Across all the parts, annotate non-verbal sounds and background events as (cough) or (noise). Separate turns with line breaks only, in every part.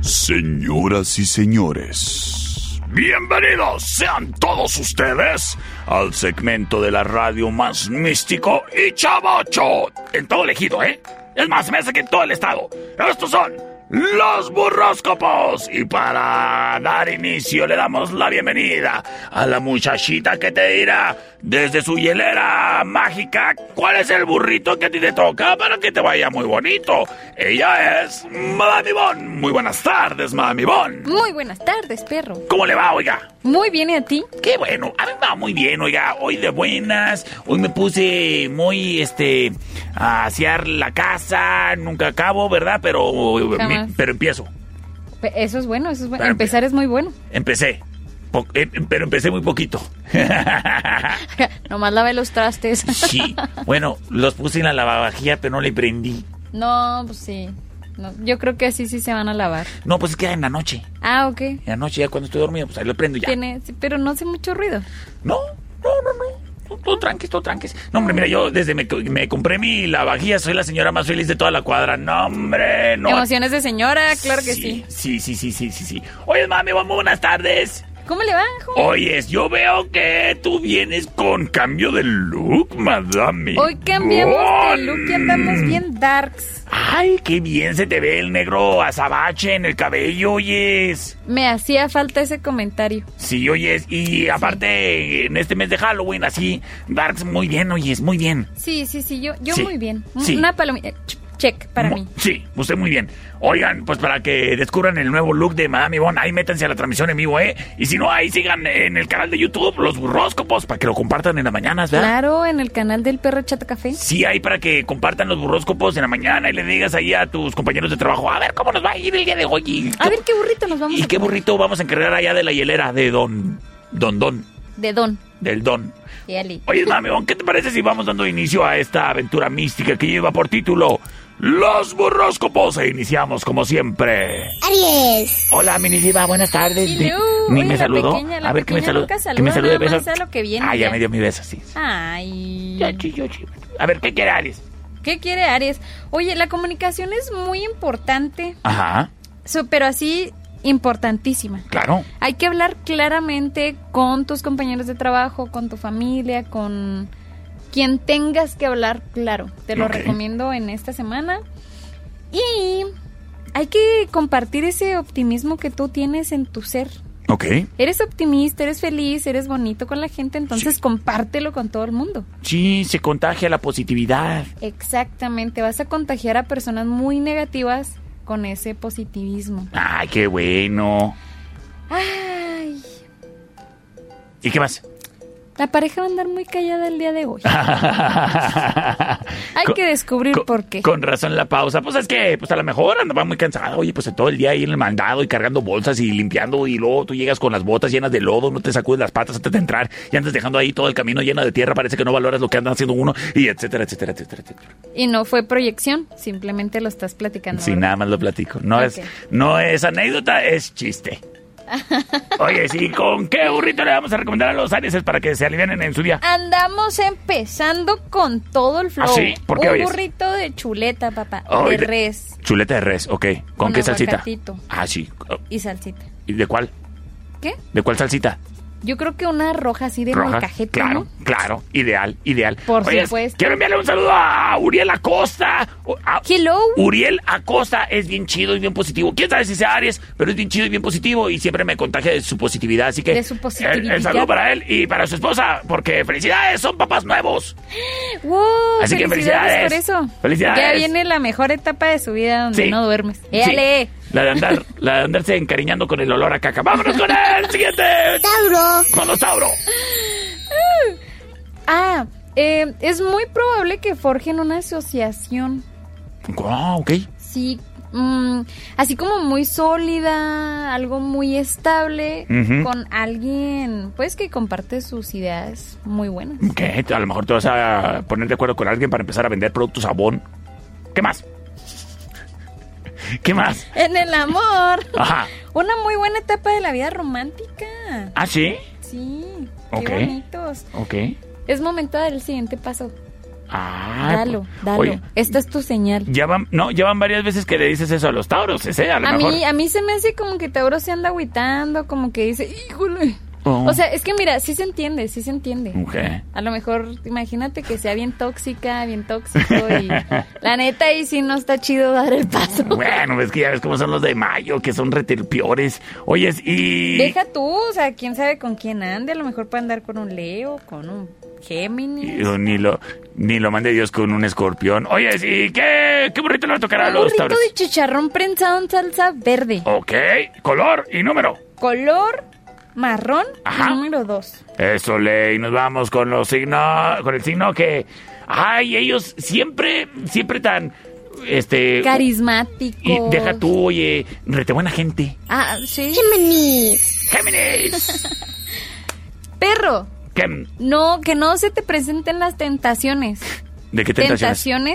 Señoras y señores, bienvenidos sean todos ustedes al segmento de la radio más místico y chavocho en todo el ejido, ¿eh? Es más, se me hace que en todo el estado. Estos son los burróscopos. Pues, Y para dar inicio, le damos la bienvenida a la muchachita que te dirá desde su hielera mágica cuál es el burrito que a ti te toca para que te vaya muy bonito. Ella es Madame Yvonne. Muy buenas tardes, Madame Yvonne.
Muy buenas tardes, perro.
¿Cómo le va, oiga?
Muy bien, ¿y a ti?
Qué bueno, a mí me va muy bien, oiga, hoy de buenas, hoy me puse muy, este, a asear la casa, nunca acabo, ¿verdad? Pero,
Jamás.
mi- pero empiezo,
Pe- Eso es bueno, eso es bueno.
Espérame.
Empezar es muy bueno. (laughs)
empecé, po- eh, pero empecé muy poquito. (laughs)
Nomás lave los trastes.
Sí, bueno, los puse en la lavavajilla, pero no le prendí.
(laughs) no, pues sí. No, yo creo que así sí se van a lavar.
No, pues es que era en la noche,
Ah, ok.
en la noche ya cuando estoy dormido, pues ahí lo prendo ya.
Tiene, sí, pero no hace mucho ruido.
No, no, no, no. Todo- Todo tranqui, todo tranqui. No, hombre, mira, yo desde me, me compré mi lavavajilla soy la señora más feliz de toda la cuadra. No, hombre, no. eh,
Emociones de señora, claro que sí.
Sí, sí, sí, sí, sí, sí. Oye, mami, vamos, buenas tardes.
¿Cómo le va, jo?
Oyes, yo veo que tú vienes con cambio de look, madame.
Hoy cambiamos de
Bon.
look y andamos bien darks.
Ay, qué bien se te ve el negro azabache en el cabello, oyes.
Me hacía falta ese comentario.
Sí, oyes, y aparte, en este mes de Halloween, así, Darks, muy bien, oyes, muy bien.
Sí, sí, sí, yo, yo
Sí,
muy bien.
sí.
Una palomita. Check para
Mu-
mí.
Sí, usted muy bien. Oigan, pues para que descubran el nuevo look de Madame Yvonne, ahí métanse a la transmisión en vivo, ¿eh? Y si no, ahí sigan en el canal de YouTube los burróscopos para que lo compartan en las mañanas, ¿verdad?
Claro, en el canal del perro Chato Café.
Sí, ahí para que compartan los burróscopos en la mañana y le digas ahí a tus compañeros de trabajo, a ver cómo nos va a ir el día de hoy. Y
A ver qué burrito nos vamos
¿Y
a
qué burrito vamos a encargar allá de la hielera de Don, Don Don,
De Don.
del Don?
Y Ali. (laughs)
Oye, mami, Bon, ¿qué te parece si vamos dando inicio a esta aventura mística que lleva por título Los burróscopos? E iniciamos como siempre.
Aries,
Hola, mini diva, buenas tardes.
Y
Ni-
no,
Ni
oye,
me
la
saludó.
pequeña, la
a ver, que me
pequeña
saluda.
nunca
Que me
saluda,
salude de
nada
beso.
más a lo que viene,
Ah, ya
ya.
me dio mi beso, sí.
Ay.
Yo, sí, yo, sí. A ver, ¿qué quiere Aries?
¿Qué quiere Aries? Oye, la comunicación es muy importante,
Ajá,
so- pero así importantísima.
claro.
Hay que hablar claramente con tus compañeros de trabajo, con tu familia, con quien tengas que hablar, claro. Te lo
Ok.
recomiendo en esta semana. Y hay que compartir ese optimismo que tú tienes en tu ser.
Ok.
Eres optimista, eres feliz, eres bonito con la gente, entonces compártelo con todo el mundo.
Sí, se contagia la positividad.
Exactamente, vas a contagiar a personas muy negativas con ese positivismo.
Ay, qué bueno.
Ay,
¿Y qué
(laughs)
más?
la pareja va a andar muy callada el día de hoy.
Ah,
Hay
Hay
que descubrir
Con-
por qué.
Con razón la pausa. Pues es que, pues a lo mejor andaba muy cansado. Oye, pues todo el día ahí en el mandado y cargando bolsas y limpiando. Y luego tú llegas con las botas llenas de lodo, no te sacudes las patas antes de entrar y andas dejando ahí todo el camino lleno de tierra. Parece que no valoras lo que anda haciendo uno y etcétera, etcétera, etcétera, etcétera.
Y no fue proyección, simplemente lo estás platicando.
Sí,
¿verdad?
nada más lo platico. No,
Ok.
es, no es anécdota, es
(laughs)
chiste. Oye, sí, ¿con qué burrito le vamos a recomendar a los Aries para que se alivianen en su día?
Ah. Andamos empezando con todo el flow.
¿Ah, sí? ¿Por qué
Un
oyes?
burrito de chuleta, papá,
Ay,
de
de-
res
Chuleta de res, ok. ¿Con,
Con
qué salsita?
aguacatito.
Ah, sí.
y salsita.
¿Y de cuál?
¿Qué?
¿De cuál salsita?
Yo creo que una roja así de
Roja,
molcajete,
claro,
¿no?
claro, ideal, ideal.
Por
Oye,
supuesto.
Quiero enviarle un saludo a Uriel Acosta. O- a-
Hello.
Uriel Acosta es bien chido y bien positivo. Quién sabe si sea Aries, pero es bien chido y bien positivo y siempre me contagia de su positividad. Así que
De su positividad.
El, el saludo para él y para su esposa, porque felicidades, son papás nuevos.
¡Wow!
Así que
felicidades, por
felicidades.
eso.
Felicidades.
Ya viene la mejor etapa de su vida donde
Sí.
no duermes.
Sí,
¡Éale!
La de
(laughs)
andar, la de andarse encariñando con el olor a caca. Vámonos con el siguiente.
Tauro,
Con los Tauro.
Ah, Eh, es muy probable que forjen una asociación.
Ah, ok.
Sí, mm, así como muy sólida, algo muy estable,
Ujú.
con alguien, pues que comparte sus ideas muy buenas.
¿Qué? A lo mejor te vas a poner de acuerdo con alguien para empezar a vender productos Avon. ¿Qué más? ¿Qué más?
En el
(laughs)
amor.
Ajá.
Una muy buena etapa de la vida romántica.
¿Ah, sí?
Sí,
Ok.
qué bonitos.
Ok.
Es momento de dar el siguiente paso.
Ah,
Dalo,
pues,
dalo.
Oye,
Esta es tu señal.
ya van, no, ya van varias veces que le dices eso a los tauros, ¿eh? A lo
A
mejor.
mí, a mí se me hace como que Tauro se anda agüitando, como que dice, híjole.
Oh.
O sea, es que mira, sí se entiende, sí se entiende.
Ok.
A lo mejor, imagínate que sea bien tóxica, bien tóxico
(laughs)
y la neta y sí no está chido dar el paso.
Bueno, es que ya ves cómo son los de mayo, que son retirpiores. Oyes, y.
Deja tú, o sea, quién sabe con quién ande, a lo mejor puede andar con un Leo, con un
y-
Géminis.
o Ni lo, ni lo mande Dios con un escorpión. Oyes, ¿y qué, qué burrito le va a tocar a
Un
los
burrito
tauros?
de chicharrón prensado en salsa verde.
Ok, color y número.
Color marrón
Ajá.
y número 2.
Eso, Ley. Nos vamos con los signos, con el signo que. Ay, ellos siempre, siempre tan. Este.
Carismático.
Y deja tú, oye, rete buena gente.
Ah, sí.
Géminis.
Perro,
¿Qué?
no que no se te presenten las tentaciones.
¿De qué tentaciones?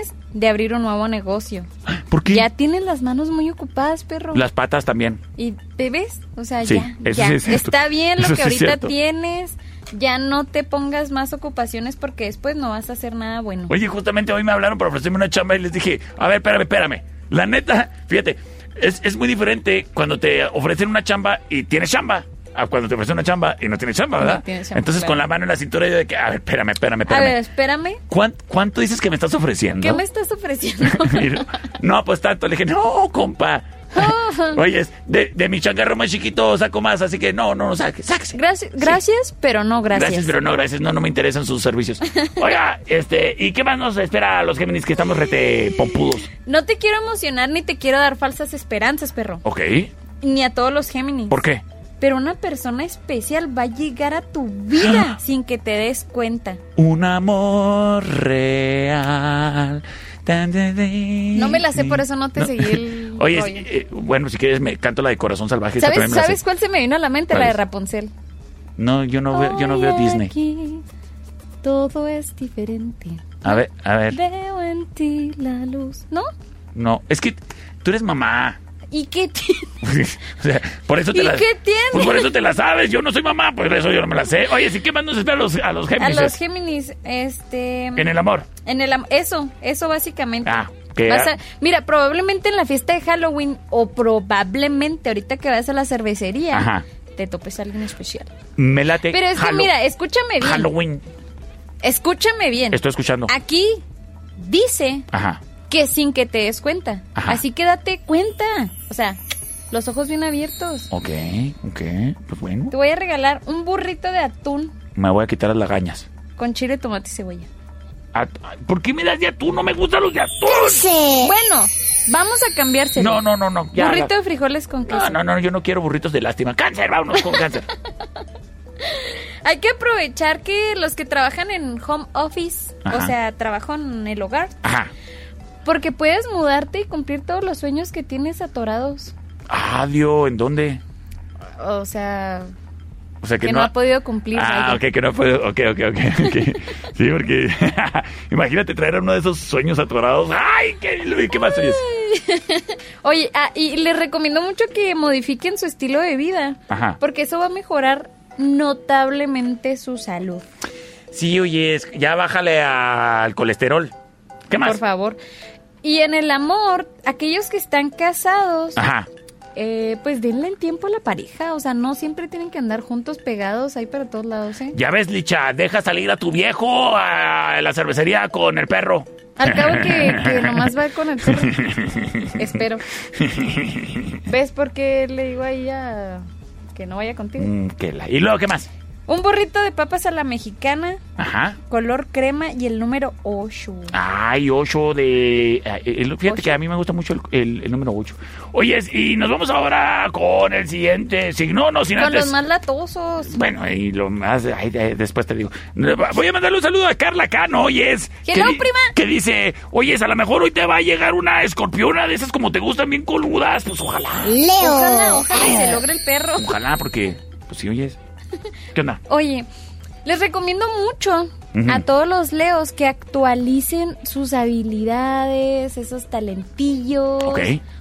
Tentaciones de abrir un nuevo negocio.
¿Por qué?
Ya tienes las manos muy ocupadas, perro.
Las patas también.
Y bebés, o sea,
Sí,
ya,
eso
ya.
sí es cierto.
está bien lo
Eso sí
que
es
ahorita
cierto.
tienes. Ya no te pongas más ocupaciones porque después no vas a hacer nada bueno.
Oye, justamente hoy me hablaron para ofrecerme una chamba y les dije, a ver, espérame, espérame. La neta, fíjate, es, es muy diferente cuando te ofrecen una chamba y tienes chamba. A cuando te ofrecen una chamba y no tienes chamba,
No
¿verdad?
tienes chamba,
Entonces
claro.
con la mano en la cintura yo de que, a ver, espérame, espérame,
a
espérame.
ver, espérame.
¿Cuán- ¿Cuánto dices que me estás ofreciendo?
¿Qué
(laughs)
me estás ofreciendo?
Y yo, no, pues tanto. Le dije, no,
(laughs)
compa. Oye, de, de mi changarro más chiquito saco más, así que no, no, no, saque, sáquese.
Gracias, gracias, pero no gracias.
Gracias. pero no, gracias. No, no me interesan sus
(laughs)
servicios. Oiga, este, ¿y qué más nos espera a los Géminis que estamos rete pompudos?
No te quiero emocionar ni te quiero dar falsas esperanzas, perro.
Ok.
Ni a todos los Géminis.
¿Por qué?
Pero una persona especial va a llegar a tu
(gasps)
vida sin que te des cuenta.
Un amor real. No
No me la sé, por eso no te seguí el
(laughs) Oye,
rollo.
eh, bueno, si quieres me canto la de Corazón Salvaje. esa
¿Sabes,
también me la sé.
¿sabes cuál se me vino a la mente?
¿Cuál
La de
es?
Rapunzel.
No, yo no veo, yo no veo
Hoy
Disney.
aquí todo es diferente.
A ver, a ver.
Veo en ti la luz. ¿No?
No, es que tú eres mamá. (laughs)
¿Y qué tiene?
o sea, por eso te
¿Y
la,
qué tiene?
Pues por eso te la sabes. Yo no soy mamá, por eso yo no me la sé. Oye, ¿sí qué más nos espera a los, a los
A
Géminis?
los Géminis, este...
En el amor.
En el am- eso, eso básicamente.
Ah, que
Vas
ya-
a- mira, probablemente en la fiesta de Halloween o probablemente ahorita que vas a la cervecería
Ajá.
te topes a alguien especial.
Me late.
Pero es que
Hallo-
mira, escúchame bien.
Halloween.
Escúchame bien.
Estoy escuchando.
Aquí dice
Ajá.
que sin que te des cuenta.
Ajá.
Así que date cuenta. O sea, los ojos bien abiertos.
Ok, ok. Pues bueno.
Te voy a regalar un burrito de atún
Me voy a quitar las lagañas.
con chile, tomate y cebolla.
At- ¿Por qué me das de atún? No me gustan los de atún.
Eh.
Bueno, vamos a cambiarse.
No, no, no, no. ya,
burrito
la-
de frijoles con queso.
No, no, no, yo no quiero burritos de lástima. Cáncer, vámonos con
(laughs)
cáncer.
Hay que aprovechar que los que trabajan en home office,
Ajá.
o sea, trabajo en el hogar,
Ajá.
porque puedes mudarte y cumplir todos los sueños que tienes atorados.
Ah, Dios, ¿en dónde?
O sea,
O sea,
que, no, ha podido cumplir.
Ah,
vaya.
ok, que no puedo. Ok, ok, ok. (laughs) ok. sí, porque. imagínate traer uno de esos sueños atorados. ¡Ay! ¿Qué, qué más oyes?
Oye, ah, y les recomiendo mucho que modifiquen su estilo de vida,
Ajá.
porque eso va a mejorar notablemente su salud.
Sí, oye, es- ya bájale al colesterol. ¿Qué más?
Por favor. Y en el amor, aquellos que están casados,
Ajá.
eh, pues denle el tiempo a la pareja. O sea, no siempre tienen que andar juntos pegados ahí para todos lados, ¿eh?
Ya ves, Licha, deja salir a tu viejo a la cervecería con el (laughs) perro.
Al cabo que,
(laughs)
que nomás va con el perro. Espero. ¿Ves por qué le digo a ella que no vaya contigo?
Mm, qué la- ¿Y luego qué más?
Un burrito de papas a la mexicana,
Ajá.
color crema y el número 8.
Ay, 8 de... ah, el- Fíjate
Ocho.
que a mí me gusta mucho el, el- el número 8. Oye, y nos vamos ahora con el siguiente signo, no sin
Con
antes...
los más latosos.
Bueno, y lo más... ay, de- después te digo. Voy a mandarle un saludo a Carla Cano, oyes.
Hello,
que di-
prima.
Que dice, oyes, a lo mejor hoy te va a llegar una escorpiona de esas como te gustan, bien coludas. Pues ojalá.
Ojalá, ojalá y se logre el perro.
Ojalá, porque... Pues sí, oyes. ¿Qué onda?
Oye, les recomiendo mucho
Ujú.
a todos los leos que actualicen sus habilidades, esos talentillos.
Ok.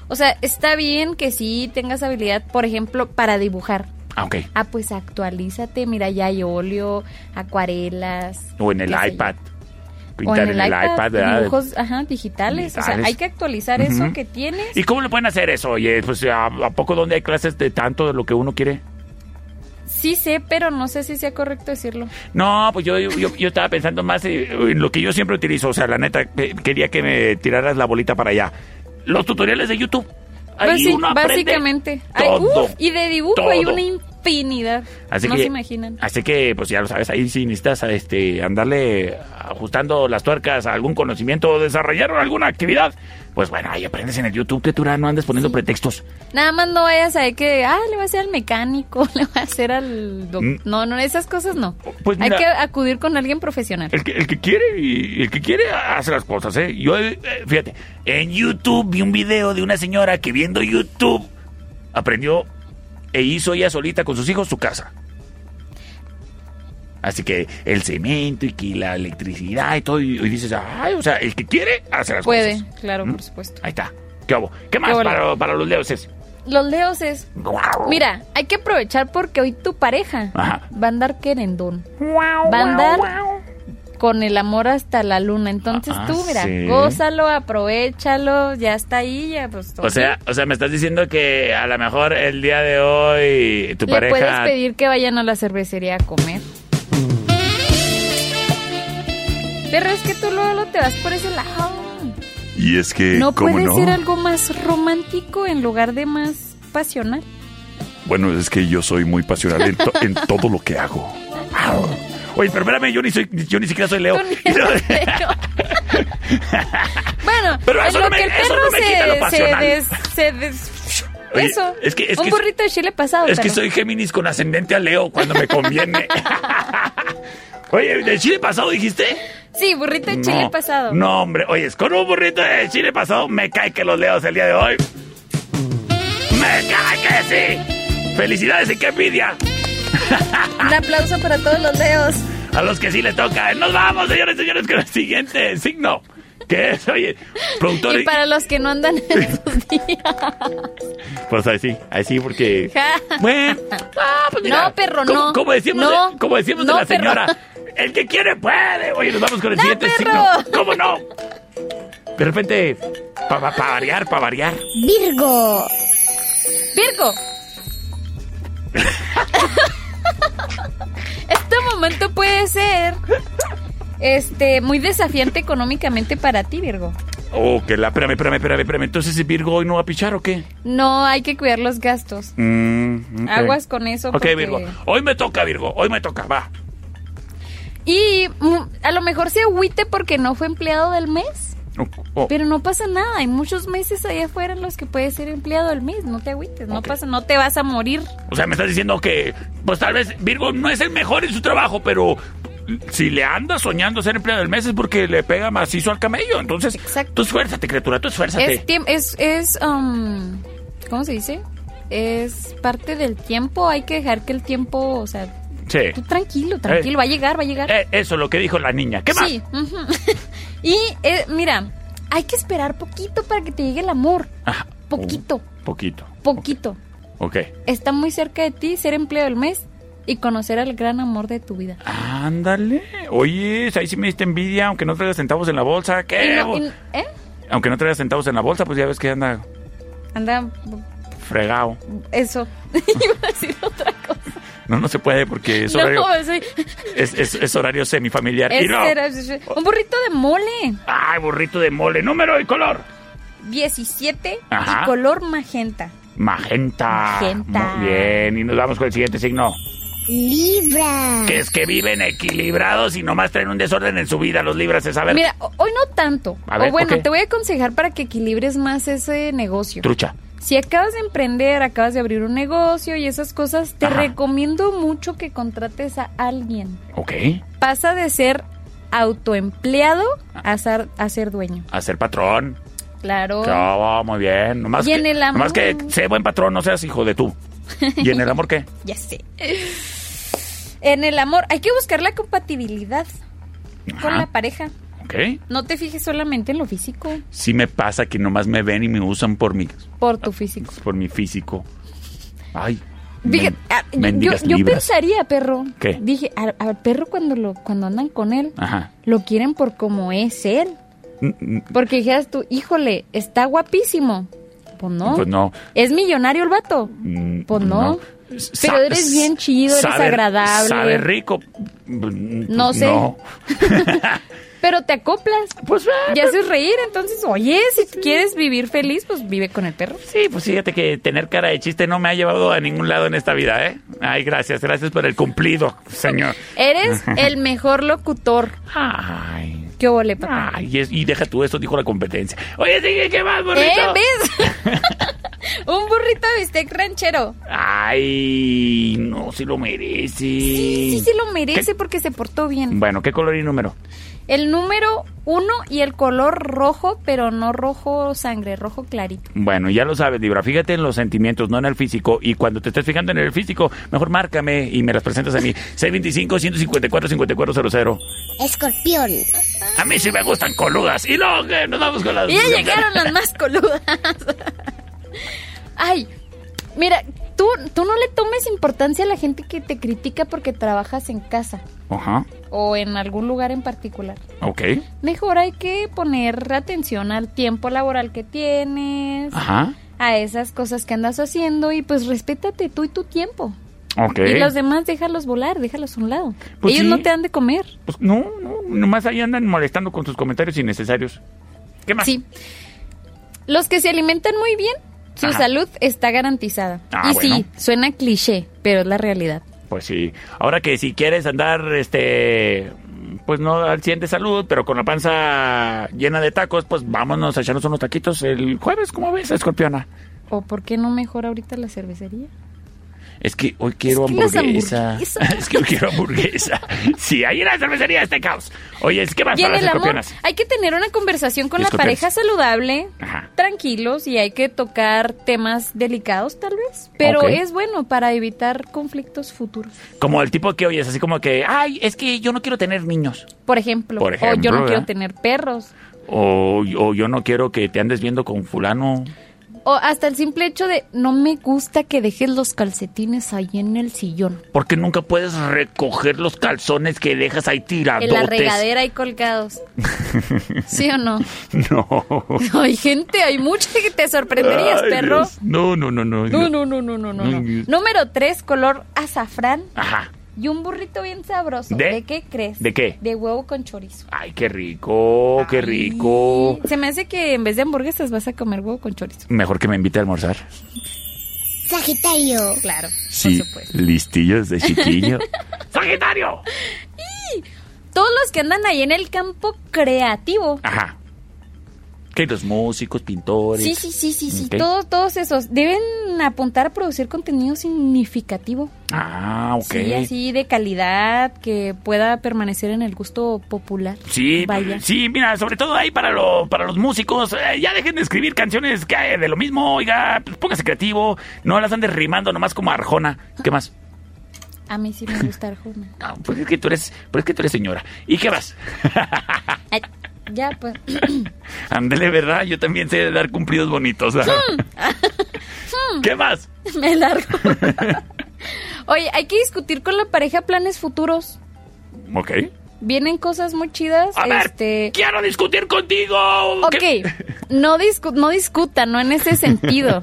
O sea, está bien que sí tengas habilidad, por ejemplo, para dibujar.
Ah, ok.
Ah, pues actualízate, mira, ya hay óleo, acuarelas.
O en
qué
el
sé yo.
iPad.
O
Pintar
en el iPad,
¿verdad?
dibujos ajá, digitales. O sea,
Digitales.
hay que actualizar
Ujú.
eso que tienes.
¿Y cómo le pueden hacer eso? Oye, pues ¿a, a poco donde hay clases de tanto de lo que uno quiere?
Sí sé, pero no sé si sea correcto decirlo.
No, pues yo, yo, yo- yo estaba pensando más eh, en lo que yo siempre utilizo. O sea, la neta, que- quería que me tiraras la bolita para allá. Los tutoriales de YouTube. Ahí
Basi-
uno aprende
básicamente. Ay,
Todo.
uf, y de dibujo hay
todo.
una infinidad.
Así
no
que-
se imaginan.
Así que, pues ya lo sabes, ahí sí necesitas este, andarle ajustando las tuercas a algún conocimiento o desarrollar alguna actividad. Pues bueno, ahí aprendes en el YouTube, criatura, no andes poniendo pretextos.
Nada más no vayas a ver que, ah, le voy a hacer al mecánico, (laughs) le voy a hacer al... doc-
Mm.
No, no, esas cosas no.
Pues
hay
mira-
que acudir con alguien profesional.
El que, el que quiere y el que quiere hace las cosas, ¿eh? Yo, eh, fíjate, en YouTube vi un video de una señora que viendo YouTube aprendió e hizo ella solita con sus hijos su casa. Así que el cemento y que la electricidad y todo, y, y dices, ay, o sea, el que quiere hace las
Puede,
cosas.
claro,
¿Mm?
por supuesto.
Ahí está. ¿Qué hubo? ¿Qué más
¿Qué hubo?
para, para los leos es?
Los leos es...
Guau.
Mira, hay que aprovechar porque hoy tu pareja
Ajá.
va a andar querendón.
Guau,
va a
guau,
andar-
guau.
con el amor hasta la luna. Entonces
Ah,
tú, mira,
sí.
gózalo, aprovechalo, ya está ahí, ya pues
O sea, o sea, me estás diciendo que a lo mejor el día de hoy tu
le puedes
pareja
pedir que vayan a la cervecería a comer. Pero es que tú luego lo te vas por ese lado.
Y es que,
No
¿cómo
puede
no?
ser algo más romántico en lugar de más pasional.
Bueno, es que yo soy muy pasional en, to- en todo lo que hago.
Oye, pero espérame, yo ni, soy, yo ni siquiera soy Leo. (laughs)
Tú ni eres Leo. bueno,
Pero
en
eso
lo
no me-
que el
eso
perro
no me quita lo
se, se
pasional.
des, se des-
Oye,
eso.
es que- es
un
que-
burrito de chile pasado.
es que
Tano.
soy Géminis con ascendente a Leo cuando me
(laughs)
conviene. Oye, ¿de chile pasado dijiste?
Sí, burrito de chile
No,
pasado.
No, hombre. Oye, es con un burrito de chile pasado me cae que los leos el día de hoy. ¡Me cae que sí! ¡Felicidades y qué envidia!
Un aplauso para todos los leos.
A los que sí les toca. Nos vamos, señores, señores, con el siguiente signo. Que es, oye, productor.
Y para los que no andan
(laughs)
en esos días.
Pues así, así
(laughs)
porque.
Ja.
Bueno, ah, pues mira,
No, perro,
como-
no.
Como decíamos,
No.
de, como decíamos de
No,
la
perro.
señora, el que quiere puede. Oye, nos vamos con el
No,
siguiente signo.
perro.
¿Cómo no? De repente, para variar, para variar.
Virgo,
Virgo. Este momento puede ser este muy desafiante económicamente para ti, Virgo.
Oh, que la, espérame, espérame, espérame, espérame. Entonces, ¿Virgo hoy no va a pichar o qué?
No hay que cuidar los gastos.
Mm, ok.
Aguas con eso.
Ok,
porque-
Virgo. Hoy me toca, Virgo. Hoy me toca, va.
Y mm, a lo mejor se agüite porque no fue empleado del mes.
Oh, oh.
Pero no pasa nada, hay muchos meses allá afuera en los que puedes ser empleado del mes, no te agüites, no
Ok.
pasa, no te vas a morir.
O sea, me estás diciendo que, pues tal vez Virgo no es el mejor en su trabajo, pero si le anda soñando ser empleado del mes es porque le pega macizo al camello. Entonces,
Exacto.
tú esfuérzate, criatura, tú esfuérzate.
Es, tiemp- es, es, um, ¿cómo se dice? Es parte del tiempo, hay que dejar que el tiempo, o sea, tú
Sí.
tranquilo, tranquilo, va a llegar, va a llegar.
Eh, eso es lo que dijo la niña. ¿Qué más?
sí, ujú. (laughs) y eh, mira, hay que esperar poquito para que te llegue el amor,
Ajá.
poquito,
Un poquito.
poquito.
Ok.
Está muy cerca de ti ser empleado del mes y conocer al gran amor de tu vida.
Ándale. Oye, ahí sí me diste envidia, aunque no traigas centavos en la bolsa.
Y
¿Qué?
no- y- ¿eh?
Aunque no traigas centavos en la bolsa, pues ya ves que anda
Anda,
fregado.
eso. (laughs) Iba a decir otra cosa.
No, no se puede porque es horario,
(laughs) No, soy-
es, es- es horario semifamiliar. y
Ese
no.
era- un burrito de mole.
Ay, burrito de mole. Número y color.
17
Ajá.
y color magenta.
Magenta.
Magenta.
Muy bien, y nos vamos con el siguiente signo.
Libra.
Que es que viven equilibrados y nomás traen un desorden en su vida los libras, es saber.
Mira, o- hoy no tanto.
A ver,
o bueno,
¿por qué?
te voy a aconsejar para que equilibres más ese negocio.
Trucha.
Si acabas de emprender, acabas de abrir un negocio y esas cosas, te
Ajá.
recomiendo mucho que contrates a alguien.
Ok.
Pasa de ser autoempleado a ser, a ser dueño.
A ser patrón.
Claro.
Claro, muy bien. Nomás
Oh. Y en
que,
el amor.
Nomás que sé buen patrón, no seas hijo de
(laughs)
tú. ¿Y en el amor qué?
Ya sé. En el amor, hay que buscar la compatibilidad con
Ajá.
la pareja.
Ok.
No te fijes solamente en lo físico,
Sí me pasa que nomás me ven y me usan por mi,
por tu físico.
por mi físico. Ay.
Fíjate,
men-
ah, yo- yo,
mendigas
yo
libras.
pensaría, perro.
¿Qué?
Dije, al, al perro cuando lo cuando andan con él,
Ajá.
lo quieren por como es él.
Mm, mm,
Porque dijeras tú, híjole, está guapísimo. Pues no.
Pues no.
Es millonario el vato.
mm,
Pues no.
Sa-
Pero eres bien chido, eres
sabe-
agradable.
Sabe rico. Mm,
No sé. (laughs) Pero te acoplas.
Pues eh,
Y haces reír, entonces, oye, si quieres vivir feliz, pues vive con el perro.
Sí, pues fíjate que tener cara de chiste no me ha llevado a ningún lado en esta vida, ¿eh? Ay, gracias, gracias por el cumplido, señor. (laughs)
Eres el mejor locutor.
Ay,
¿Qué ole, papá?
ay, y, es- y deja tú eso, dijo la competencia. Oye, sigue, ¿qué más, bonito?
¿Eh? ¿Ves? (laughs) Un burrito de bistec ranchero.
Ay, no, si lo merece.
Sí, sí se lo merece porque se portó bien.
Bueno, ¿qué color y número?
El número uno y el color rojo, pero no rojo sangre, rojo clarito.
Bueno, ya lo sabes, Libra. Fíjate en los sentimientos, no en el físico. Y cuando te estés fijando en el físico, mejor márcame y me las presentas a mí. 625-154-5400.
Escorpión.
A mí sí me gustan coludas. Y luego ¿qué? nos vamos con las.
Y ya llegaron las más coludas. Ay, mira, tú, tú no le tomes importancia a la gente que te critica porque trabajas en casa
Ajá,
o en algún lugar en particular.
ok.
Mejor hay que poner atención al tiempo laboral que tienes,
Ajá,
a esas cosas que andas haciendo y pues respétate tú y tu tiempo.
ok.
Y los demás déjalos volar, déjalos a un lado.
Pues
Ellos
sí.
no te han de comer.
Pues no, no, nomás ahí andan molestando con sus comentarios innecesarios. ¿Qué más?
Sí. Los que se alimentan muy bien, su
Ajá.
salud está garantizada.
Ah,
y sí,
bueno.
suena cliché, pero es la realidad.
Pues sí. Ahora que si quieres andar, este, pues no al 100 de salud, pero con la panza llena de tacos, pues vámonos a echarnos unos taquitos el jueves, ¿cómo ves, escorpiona?
¿O por qué no mejor ahorita la cervecería?
Es que hoy quiero
Es que las
hamburguesa.
hamburguesas.
(laughs) es que hoy quiero hamburguesa. Sí, ahí en la cervecería este caos. Oye, ¿qué más
Y en
para las
el amor,
escorpionas?
hay que tener una conversación con
Y
la
escorpiones.
pareja saludable,
Ajá.
tranquilos, y hay que tocar temas delicados tal vez, pero
Ok.
es bueno para evitar conflictos futuros.
Como el tipo que oyes, así como que, ay, es que yo no quiero tener niños.
Por ejemplo,
Por
o yo
ejemplo,
no quiero
¿verdad?
tener perros,
O, o yo no quiero que te andes viendo con fulano.
o hasta el simple hecho de no me gusta que dejes los calcetines ahí en el sillón,
Porque nunca puedes recoger los calzones que dejas ahí tiradotes.
en la regadera
(laughs)
ahí colgados. ¿Sí o no?
No.
Hay gente, hay mucha que te sorprenderías,
Ay,
perro.
Dios. No, no, no, no.
No, no, no, no, no, no, no.
Ay, Dios.
Número 3, color azafrán.
Ajá.
Y un burrito bien sabroso.
¿De?
¿De, qué crees?
¿De qué?
De huevo con chorizo.
Ay, qué rico, qué rico.
Se me hace que en vez de hamburguesas vas a comer huevo con chorizo.
Mejor que me invite a almorzar.
Sagitario.
Claro,
Sí,
por supuesto.
listillos de
(laughs)
chiquillo.
¡Sagitario!
Todos los que andan ahí en el campo creativo.
Ajá. Que los músicos, pintores.
Sí, sí, sí, sí, sí.
Ok.
Todos, todos esos deben apuntar a producir contenido significativo.
Ah, ok.
Sí, así de calidad, que pueda permanecer en el gusto popular.
Sí, pues,
Vaya.
sí, mira, sobre todo ahí para, lo, para los músicos, eh, ya dejen de escribir canciones que eh, de lo mismo, oiga, pues póngase creativo, no las andes rimando nomás como Arjona. ¿Qué más?
A mí sí me gusta Arjona.
No, pues es que tú eres, pues es que tú eres señora. ¿Y qué más?
Ay, Ya, pues. (laughs)
Ándele, ¿verdad? Yo también sé dar cumplidos bonitos. ¿ah? (laughs)
Hmm.
¿Qué más?
Me largo. (laughs) Oye, hay que discutir con la pareja planes futuros.
Ok.
Vienen cosas muy chidas.
A ver,
este,
quiero discutir contigo.
ok,
¿Qué-
no, discu- no discutan, no en ese
(laughs)
sentido.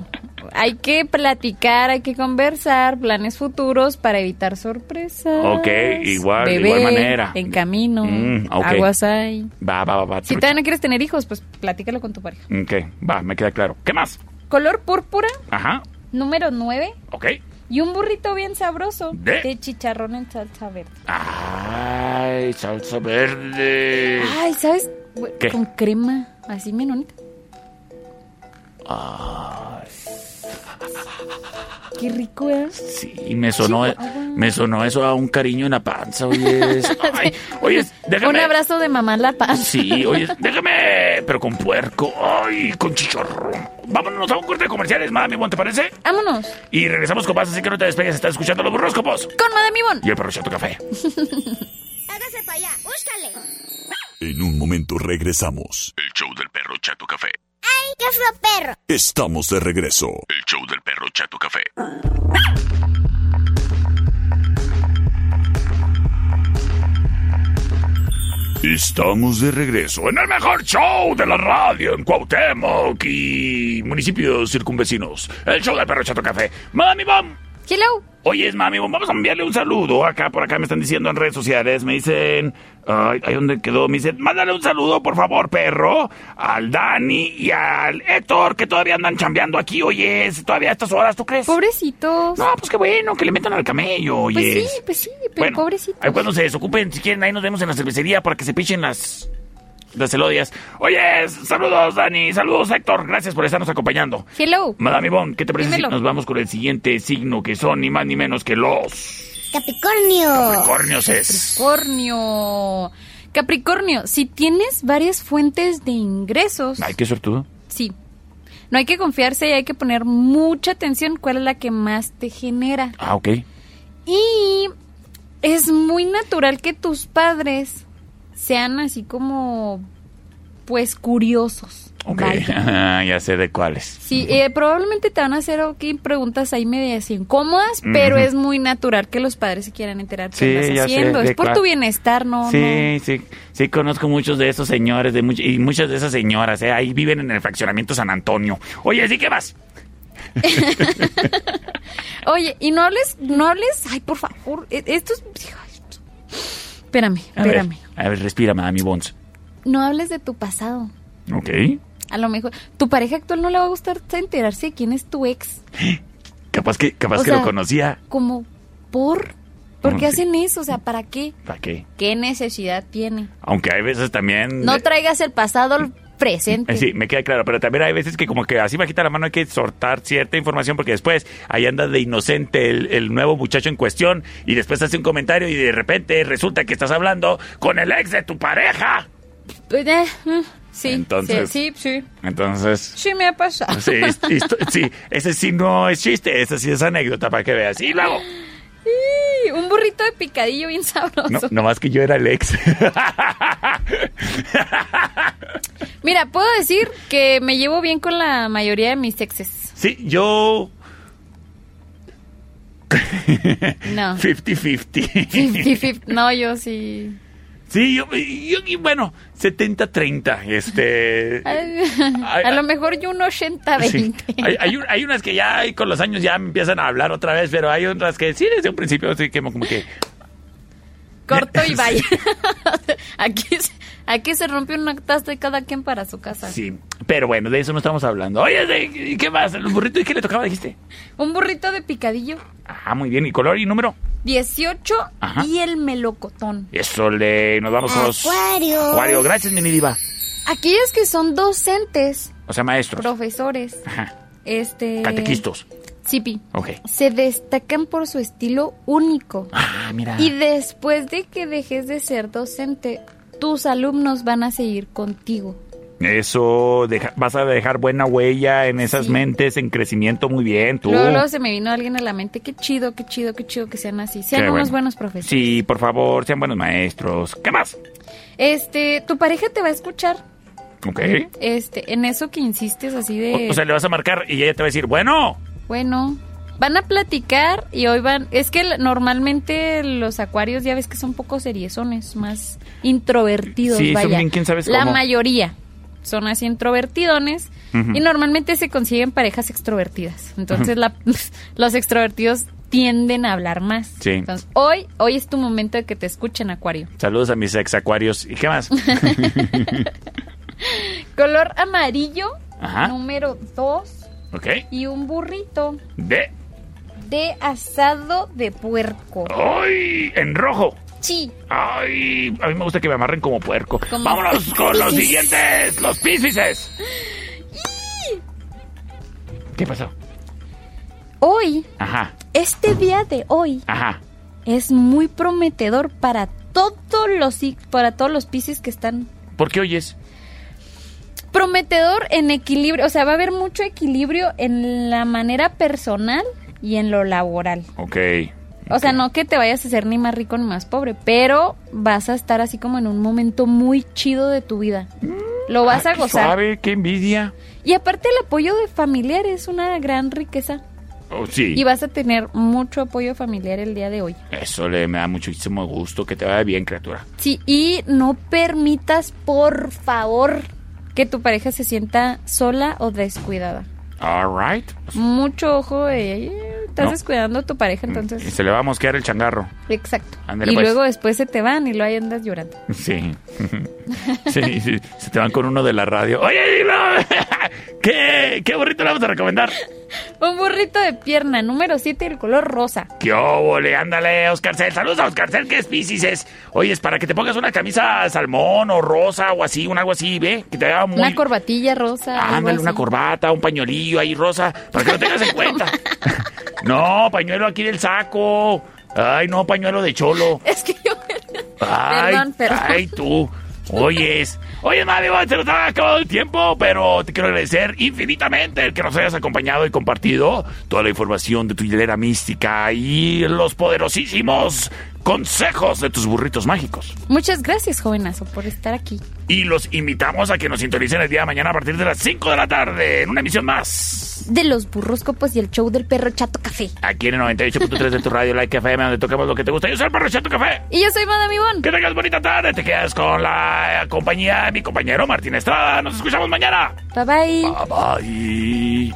hay que platicar, hay que conversar, planes futuros para evitar sorpresas.
Ok, igual-
Bebé,
igual manera.
En camino,
Mm, ok.
aguas hay.
Va, va, va, va.
Si
trucha.
todavía no quieres tener hijos, pues platícalo con tu pareja.
Ok, va, me queda claro. ¿Qué más?
Color púrpura,
Ajá,
número 9.
ok.
Y un burrito bien sabroso
¿De?
de, chicharrón en salsa verde.
Ay, salsa verde.
Ay, ¿sabes? Bu-
¿Qué?
Con crema, así menonita. Qué rico ¿eh? es.
Sí, me sonó,
Sí, agua.
me sonó eso a un cariño en la panza,
(laughs)
oye. Ay, oye, déjame.
Un abrazo de mamá La Paz.
Sí, oye, déjame, pero con puerco. Ay, con chicharrón. Vámonos a un corte de comerciales, Madame Bon, ¿te parece?
Vámonos.
Y regresamos con más, así que no te despegues, estás escuchando los horóscopos.
Con Madame Ivonne.
Y el perro Chato café.
Hágase para allá, búscale.
En un momento regresamos.
El show del perro Chato Café.
¡Ay, qué feo perro!
Estamos de regreso.
El show del perro Chato Café.
Estamos de regreso en el mejor show de la radio en Cuauhtémoc y municipios circunvecinos. El show del perro Chato Café. Mami Bom.
Hello.
Oye, Mami Bom, vamos a enviarle un saludo. Acá por acá me están diciendo en redes sociales. Me dicen. Ay, ahí donde quedó. Me dicen, mándale un saludo, por favor, perro. Al Dani y al Héctor, que todavía andan chambeando aquí. Oye, todavía a estas horas, ¿tú crees?
Pobrecitos.
No, pues qué bueno, que le metan al camello, oye.
pues sí, pues sí, pero
Bueno,
pobrecitos.
Ahí cuando se desocupen, si quieren, ahí nos vemos en la cervecería para que se pichen las. Las elodias. Oye, saludos, Dani. Saludos, Héctor. Gracias por estarnos acompañando.
Hello.
Madame Ivonne, ¿qué te parece
Dímelo.
si nos vamos con el siguiente signo que son ni más ni menos que los
Capricornio.
cornios es?
Capricornio. Capricornio, si tienes varias fuentes de ingresos,
Ay, qué suertudo.
sí. No hay que confiarse y hay que poner mucha atención cuál es la que más te genera.
Ah, ok.
Y es muy natural que tus padres sean así como, pues, curiosos.
Ok.
vaya.
(laughs) ya sé de cuáles.
Sí, eh, probablemente te van a hacer aquí preguntas ahí medias incómodas, pero es muy natural que los padres se quieran enterar
Sí,
qué
ya
andas
sé,
haciendo.
de
Es por
cuál.
tu bienestar, ¿no?
Sí, sí, sí, conozco muchos de esos señores de much- y muchas de esas señoras, ¿eh? ahí viven en el fraccionamiento San Antonio. Oye, ¿sí qué vas?
no. Oye, y no hables, no hables, ay, por favor, e- esto es... ay, Espérame,
A ver,
espérame.
a ver, respira, mi Bones.
No hables de tu pasado.
Ok.
A lo mejor tu pareja actual no le va a gustar enterarse de quién es tu ex.
Capaz que, capaz
O
que
sea-
lo conocía.
Como, ¿por? ¿Por qué
Mm, sí.
hacen eso? O sea, ¿para qué?
¿Para qué?
¿Qué necesidad tiene?
Aunque hay veces también...
No traigas el pasado al presente.
Eh, Sí, me queda claro, pero también hay veces que como que así bajita la mano hay que sortar cierta información porque después ahí anda de inocente el, el nuevo muchacho en cuestión y después hace un comentario y de repente resulta que estás hablando con el ex de tu pareja.
Pues, eh, mm, Sí,
Entonces-
sí, sí, sí.
Entonces...
Sí me ha pasado.
Sí, es- esto- sí, ese sí no es chiste, ese sí es anécdota para que veas. Y luego,
Sí, Un burrito de picadillo bien sabroso.
no, nomás que yo era el ex. (laughs)
Mira, puedo decir que me llevo bien con la mayoría de mis exes.
Sí, yo
No.
50-50.
(laughs) Fif- fif- no, yo sí.
Sí, yo, yo- y bueno, 70-30. Este.
Ay, A lo mejor yo un 80-20.
sí. Hay, hay un- hay unas que ya ay, con los años ya me empiezan a hablar otra vez, pero hay otras que sí, desde un principio, así que como que.
Corto y vaya. (laughs) aquí, se- aquí se rompe una taza de cada quien para su casa.
Sí. Pero bueno, de eso no estamos hablando. Oye, ¿de- ¿y ¿qué más? ¿Los burritos y qué le tocaba? Dijiste.
Un burrito de picadillo,
Ah, muy bien. ¿Y color y número?
18
Ajá.
y el melocotón.
Eso le. Nos vamos con los.
Acuario.
Acuario. Gracias, mi diva.
Aquellos que son docentes,
O sea, maestros.
profesores,
Ajá.
este...
Catequistas.
Sipi.
Ok.
se destacan por su estilo único.
Ah, mira.
Y después de que dejes de ser docente, tus alumnos van a seguir contigo.
Eso, deja- vas a dejar buena huella en esas
Sí.
mentes, en crecimiento muy bien, tú.
Luego, luego se me vino alguien a la mente, qué chido, qué chido, qué chido que sean así. Sean
Qué
unos
bueno.
buenos profesores.
Sí, por favor, sean buenos maestros. ¿Qué más?
Este, tu pareja te va a escuchar.
Ok.
Este, en eso que insistes así de
O, o sea, le vas a marcar y ella te va a decir, bueno,
bueno, van a platicar y hoy van, es que l- normalmente los acuarios ya ves que son poco seriezones, más introvertidos,
Sí, son
vaya.
bien, quién sabe
La
cómo.
mayoría son así introvertidones y normalmente se consiguen parejas extrovertidas. Entonces la- (laughs) los extrovertidos tienden a hablar más.
Sí.
Entonces, hoy hoy es tu momento de que te escuchen, acuario.
saludos a mis exacuarios. ¿Y qué
(laughs)
más?
Color amarillo,
Ajá.
número 2
Ok.
y un burrito
De.
de asado de puerco.
¡Ay! En rojo.
Sí.
Ay, a mí me gusta que me amarren como puerco.
Como (laughs)
Vámonos con los
piscis.
siguientes, los piscises. ¿Qué pasó?
Hoy,
Ajá,
este día de hoy,
ajá.
es muy prometedor para todos los i- para todos los piscis que están
¿Por qué oyes?
prometedor en equilibrio, o sea, va a haber mucho equilibrio en la manera personal y en lo laboral.
Ok.
O sea, no que te vayas a hacer ni más rico ni más pobre, pero vas a estar así como en un momento muy chido de tu vida. Lo vas
Ah,
a
qué
gozar.
Suave, qué envidia.
Y aparte el apoyo de familiar es una gran riqueza.
Oh, sí.
Y vas a tener mucho apoyo familiar el día de hoy.
Eso le me da muchísimo gusto. Que te vaya bien, criatura.
Sí, y no permitas, por favor, que tu pareja se sienta sola o descuidada.
All right.
Mucho ojo, eh, eh, estás
No.
descuidando a tu pareja,
Y
entonces.
se le va a mosquear el changarro.
Exacto.
Ándale,
y
pues.
luego después se te van y lo ahí andas llorando.
Sí. sí, sí. Se te van con uno de la radio. Oye, no. ¿Qué, ¿qué burrito le vamos a recomendar?
Un burrito de pierna, número 7, el color rosa.
¡Qué óvole! Ándale, Oscarcel. Saludos a Oscarcel, que es Pisces. Oye, es para que te pongas una camisa salmón o rosa o así, un algo así, ¿ve? Que te vea muy...
Una corbatilla rosa. algo
Ándale,
así.
una corbata, un pañuelillo ahí rosa, para que lo tengas en cuenta. no, pañuelo aquí del saco. Ay, no, pañuelo de cholo.
(laughs) Es que yo.
Ay,
Perdón, perdón.
ay, tú. Oyes, oye, madre, se nos ha acabado el tiempo, pero te quiero agradecer infinitamente el que nos hayas acompañado y compartido toda la información de tu hilera mística y los poderosísimos consejos de tus burritos mágicos.
(laughs) Muchas gracias, jovenazo, por estar aquí.
Y los invitamos a que nos sintonicen el día de mañana a partir de las 5 de la tarde en una emisión más.
De los burroscopos y el show del perro chato café.
Aquí en el 98.3 de tu radio, Like FM, donde tocamos lo que te gusta. Yo soy el perro Chato Café.
Y yo soy Madame Ivonne.
Que tengas bonita tarde, te quedas con la eh, compañía de mi compañero Martín Estrada. Nos escuchamos mañana.
Bye bye.
Bye bye.